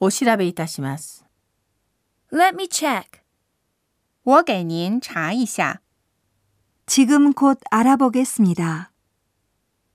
お調べいたします。 Let me check. 我给您查一下。 지금 곧 알아보겠습니다.